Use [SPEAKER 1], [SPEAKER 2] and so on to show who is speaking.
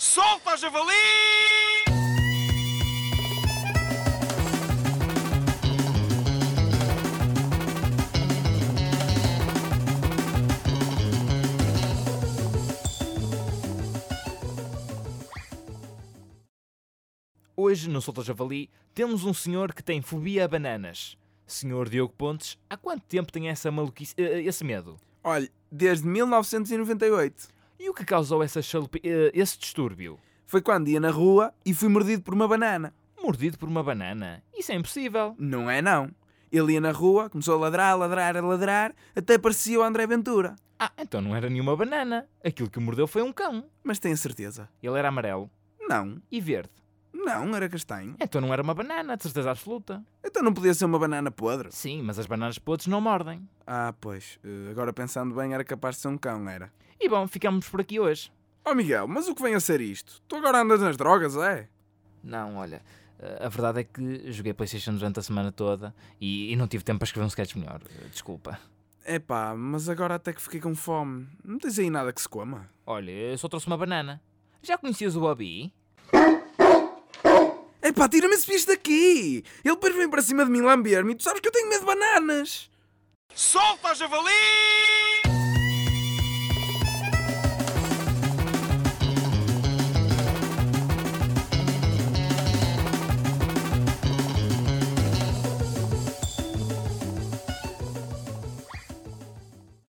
[SPEAKER 1] Solta, javali!
[SPEAKER 2] Hoje, no Solta Javali, temos um senhor que tem fobia a bananas. Senhor Diogo Pontes, há quanto tempo tem essa maluquice, eh, esse medo?
[SPEAKER 3] Olha, desde 1998.
[SPEAKER 2] E o que causou essa chalupi- eh, esse distúrbio?
[SPEAKER 3] Foi quando ia na rua e fui mordido por uma banana.
[SPEAKER 2] Mordido por uma banana. Isso é impossível.
[SPEAKER 3] Não é não. Ele ia na rua, começou a ladrar, a ladrar, a ladrar, até parecia o André Ventura.
[SPEAKER 2] Ah, então não era nenhuma banana. Aquilo que o mordeu foi um cão.
[SPEAKER 3] Mas tenho certeza.
[SPEAKER 2] Ele era amarelo
[SPEAKER 3] Não,
[SPEAKER 2] e verde.
[SPEAKER 3] não, era castanho.
[SPEAKER 2] Então não era uma banana, de certeza absoluta.
[SPEAKER 3] Então não podia ser uma banana podre.
[SPEAKER 2] Sim, mas as bananas podres não mordem.
[SPEAKER 3] Ah, pois, eh, agora pensando bem, era capaz de ser um cão, era.
[SPEAKER 2] E bom, ficamos por aqui hoje.
[SPEAKER 3] Oh Miguel, mas o que vem a ser isto? Tu agora andas nas drogas, é?
[SPEAKER 2] Não, olha, eh, a verdade é que joguei Playstation durante a semana toda e, e não tive tempo para escrever um sketch melhor. Eh, Desculpa.
[SPEAKER 3] Epá, mas agora até que fiquei com fome. Não tens aí nada que se coma?
[SPEAKER 2] Olha, eu só trouxe uma banana. Já conhecias o Bobby?
[SPEAKER 3] Epá, tira-me esse bicho daqui! Ele depois vem para cima de mim lamber-me e tu sabes que eu tenho medo de bananas!
[SPEAKER 1] Solta, javali!